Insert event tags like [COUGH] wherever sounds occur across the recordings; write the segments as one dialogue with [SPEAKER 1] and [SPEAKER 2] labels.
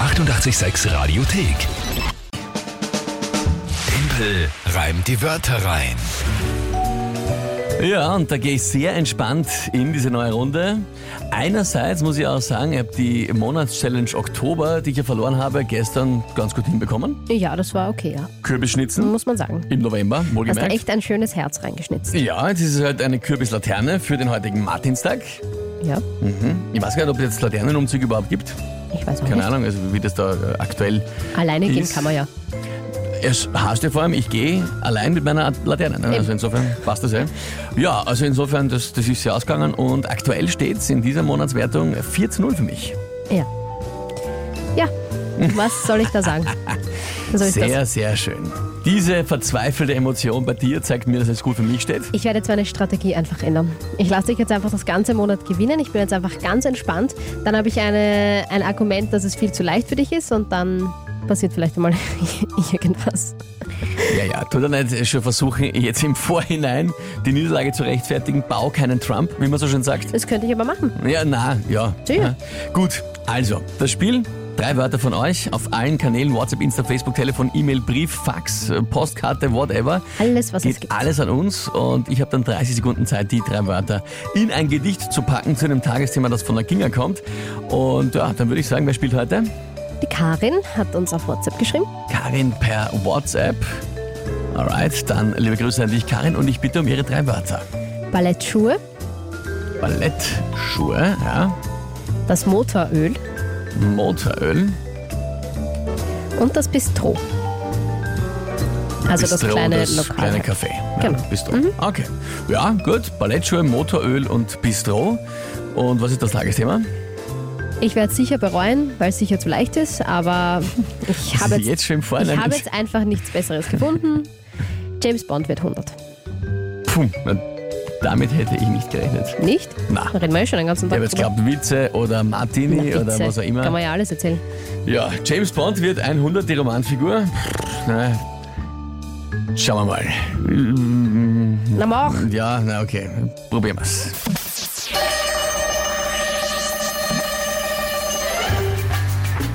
[SPEAKER 1] 886 Radiothek. Tempel reimt die Wörter rein.
[SPEAKER 2] Ja, und da gehe ich sehr entspannt in diese neue Runde. Einerseits muss ich auch sagen, ich habe die Monatschallenge Oktober, die ich ja verloren habe, gestern ganz gut hinbekommen.
[SPEAKER 3] Ja, das war okay, ja.
[SPEAKER 2] Kürbisschnitzen
[SPEAKER 3] Muss man sagen.
[SPEAKER 2] im November,
[SPEAKER 3] Hast da
[SPEAKER 2] wohlgemerkt.
[SPEAKER 3] echt ein schönes Herz reingeschnitzt.
[SPEAKER 2] Ja, jetzt ist es halt eine Kürbislaterne für den heutigen Martinstag.
[SPEAKER 3] Ja,
[SPEAKER 2] Ich weiß gar nicht, ob es jetzt Laternenumzug überhaupt gibt.
[SPEAKER 3] ich weiß auch
[SPEAKER 2] Keine
[SPEAKER 3] nicht.
[SPEAKER 2] Ahnung, also wie das da äh, aktuell
[SPEAKER 3] Alleine gehen
[SPEAKER 2] Ist-
[SPEAKER 3] kann man ja.
[SPEAKER 2] Es heißt ja vor allem, ich gehe allein mit meiner Laterne. ne? Also insofern passt das ja. Ja, also insofern, das, das ist ja ausgegangen und aktuell steht es in dieser Monatswertung 4 zu 0 für mich.
[SPEAKER 3] Ja. Ja, was soll ich
[SPEAKER 2] [LAUGHS]
[SPEAKER 3] da sagen? Was Soll ich, das?
[SPEAKER 2] Sehr, sehr schön. Diese verzweifelte Emotion bei dir zeigt mir, dass es gut für mich steht.
[SPEAKER 3] ich werde jetzt meine Strategie einfach ändern. Ich lasse dich jetzt einfach das ganze Monat gewinnen. Ich bin jetzt einfach ganz entspannt. Dann habe ich eine, ein Argument, dass es viel zu leicht für dich ist und dann passiert vielleicht einmal [LAUGHS] irgendwas.
[SPEAKER 2] Ja, ja, tu dann nicht äh, schon versuchen, jetzt im Vorhinein die Niederlage zu rechtfertigen. Bau keinen Trump, wie man so schön sagt.
[SPEAKER 3] Das könnte ich aber machen.
[SPEAKER 2] Ja, na, ja.
[SPEAKER 3] Sicher.
[SPEAKER 2] Gut, also, das Spiel. Drei Wörter von euch auf allen Kanälen, WhatsApp, Insta, Facebook, Telefon, E-Mail, Brief, Fax, äh, Postkarte, whatever.
[SPEAKER 3] Alles, was es
[SPEAKER 2] Geht
[SPEAKER 3] gibt.
[SPEAKER 2] alles an uns und ich habe dann 30 Sekunden Zeit, die drei Wörter in ein Gedicht zu packen zu einem Tagesthema, das von der Kinga kommt. Und ja, dann würde ich sagen, wer spielt heute?
[SPEAKER 3] Die Karin hat uns auf WhatsApp geschrieben.
[SPEAKER 2] Karin per WhatsApp. Alright, dann liebe Grüße an dich, Karin, und ich bitte um ihre drei Wörter.
[SPEAKER 3] Ballettschuhe,
[SPEAKER 2] Ballettschuhe, ja,
[SPEAKER 3] das Motoröl
[SPEAKER 2] Motoröl,
[SPEAKER 3] und das Bistro. Also das
[SPEAKER 2] Bistro,
[SPEAKER 3] kleine
[SPEAKER 2] das
[SPEAKER 3] Lokal.
[SPEAKER 2] kleine Café. Ja,
[SPEAKER 3] Genau.
[SPEAKER 2] Bistro. Okay. Ja, gut. Ballettschuhe, Motoröl und Bistro. Und was ist das Tagesthema?
[SPEAKER 3] Ich werde es sicher bereuen, weil es sicher zu leicht ist, aber
[SPEAKER 2] [LAUGHS] Sie
[SPEAKER 3] ich habe jetzt,
[SPEAKER 2] Also jetzt schon im
[SPEAKER 3] ich
[SPEAKER 2] Vorhinein.
[SPEAKER 3] habe jetzt einfach nichts
[SPEAKER 2] [LAUGHS]
[SPEAKER 3] Besseres gefunden. James Bond wird 100.
[SPEAKER 2] Puh, na, damit hätte ich nicht gerechnet.
[SPEAKER 3] Nicht?
[SPEAKER 2] Na.
[SPEAKER 3] Da reden wir ja schon den ganzen
[SPEAKER 2] Ich
[SPEAKER 3] Tag.
[SPEAKER 2] habe jetzt
[SPEAKER 3] drüber.
[SPEAKER 2] geglaubt, Witze oder Martini
[SPEAKER 3] Na,
[SPEAKER 2] oder
[SPEAKER 3] Witze.
[SPEAKER 2] was auch
[SPEAKER 3] Kann
[SPEAKER 2] immer.
[SPEAKER 3] man ja alles erzählen.
[SPEAKER 2] Ja, James Bond wird 100, die Romanfigur. Na, schauen wir mal.
[SPEAKER 3] Na mach!
[SPEAKER 2] Ja, na okay, probieren wir's.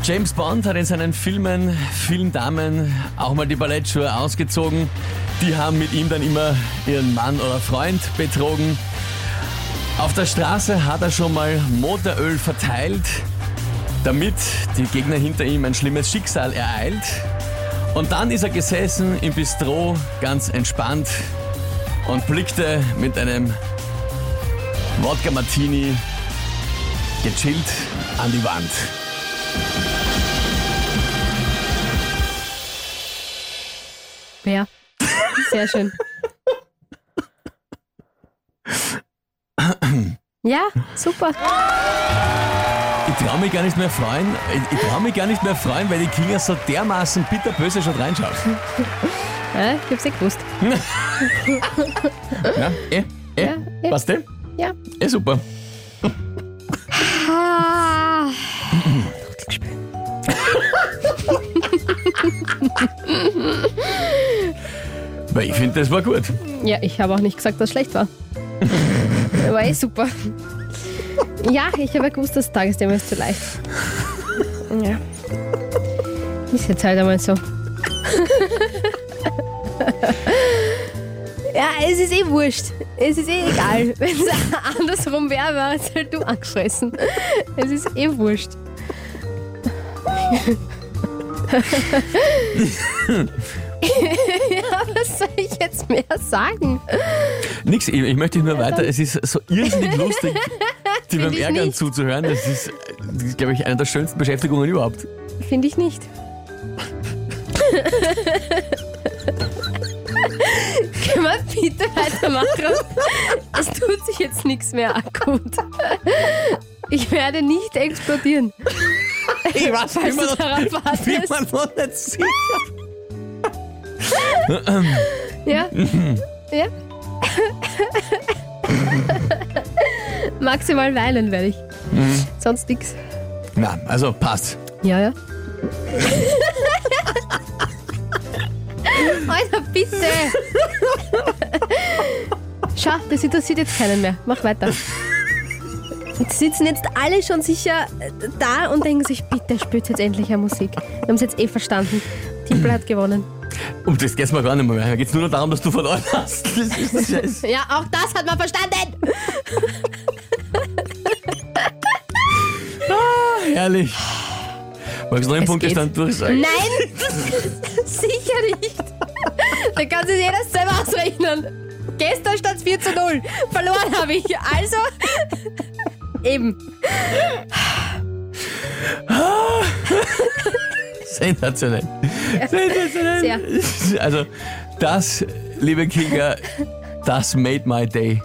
[SPEAKER 2] James Bond hat in seinen Filmen vielen Damen auch mal die Ballettschuhe ausgezogen. Die haben mit ihm dann immer ihren Mann oder Freund betrogen. Auf der Straße hat er schon mal Motoröl verteilt, damit die Gegner hinter ihm ein schlimmes Schicksal ereilt. Und dann ist er gesessen im Bistro, ganz entspannt, und blickte mit einem Wodka Martini gechillt an die Wand.
[SPEAKER 3] Ja.
[SPEAKER 2] [LAUGHS]
[SPEAKER 3] Sehr schön. Ja, super.
[SPEAKER 2] Ich traue mich gar nicht mehr freuen, ich, ich traue mich gar nicht mehr freuen, weil die Kinga so dermaßen bitterböse schon reinschaut.
[SPEAKER 3] Ja, ich hab's eh gewusst.
[SPEAKER 2] Ja, eh, eh,
[SPEAKER 3] Ja, eh.
[SPEAKER 2] passt eh?
[SPEAKER 3] Ja.
[SPEAKER 2] Eh super.
[SPEAKER 3] Ah.
[SPEAKER 2] Weil ich finde, das war gut.
[SPEAKER 3] Ja, ich habe auch nicht gesagt, dass es [LAUGHS] schlecht war. war eh super. Ja, ich habe ja gewusst, das Tagesthema ist zu leicht. Ja. Ist jetzt halt einmal so. Ja, es ist eh wurscht. Es ist eh [LAUGHS] egal. Wenn es andersrum wäre, wäre es halt du angefressen. Es ist eh wurscht. ja, was soll ich jetzt mehr sagen?
[SPEAKER 2] Nix, ich, ich möchte nur weiter, es ist so irrsinnig
[SPEAKER 3] [LAUGHS]
[SPEAKER 2] lustig, dir beim
[SPEAKER 3] ich
[SPEAKER 2] Ärgern
[SPEAKER 3] nicht.
[SPEAKER 2] zuzuhören. Das ist, glaube ich, eine der schönsten Beschäftigungen überhaupt.
[SPEAKER 3] Finde ich nicht. Können wir bitte weitermachen? Es tut sich jetzt nichts mehr akut. Ich werde nicht explodieren.
[SPEAKER 2] Ich weiß
[SPEAKER 3] Falls du
[SPEAKER 2] noch- [LAUGHS]
[SPEAKER 3] darauf
[SPEAKER 2] wie
[SPEAKER 3] wartest.
[SPEAKER 2] man noch nicht sieht.
[SPEAKER 3] Ja?
[SPEAKER 2] [LAUGHS]
[SPEAKER 3] Ja? Maximal weinen werde ich.
[SPEAKER 2] Mhm.
[SPEAKER 3] Sonst nichts.
[SPEAKER 2] Na, also passt.
[SPEAKER 3] Ja, ja. [LAUGHS] Alter, bitte! Schau, das interessiert jetzt keinen mehr. Mach weiter. sitzen jetzt alle schon sicher äh, da und denken sich, bitte spürt jetzt endlich eine Musik. Wir haben es jetzt eh verstanden. Timpel hat gewonnen.
[SPEAKER 2] Um das geht's mal gar nicht mehr. Da geht's nur noch darum, dass du verloren hast. Das ist scheiße.
[SPEAKER 3] Ja, auch das hat man verstanden.
[SPEAKER 2] Herrlich. Magst du noch den
[SPEAKER 3] Es
[SPEAKER 2] Punktestand durchsagen?
[SPEAKER 3] Nein, [LAUGHS] sicher nicht. Da kann sich jeder selber ausrechnen. Gestern stand 4 zu 0. Verloren habe ich. Also, eben.
[SPEAKER 2] Sensationell. Sensationell. Also, das, liebe Kika, das made my day.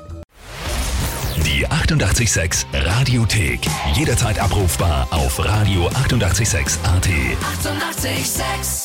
[SPEAKER 1] Die 886 Radiothek. Jederzeit abrufbar auf radio886.at. 886!
[SPEAKER 4] 886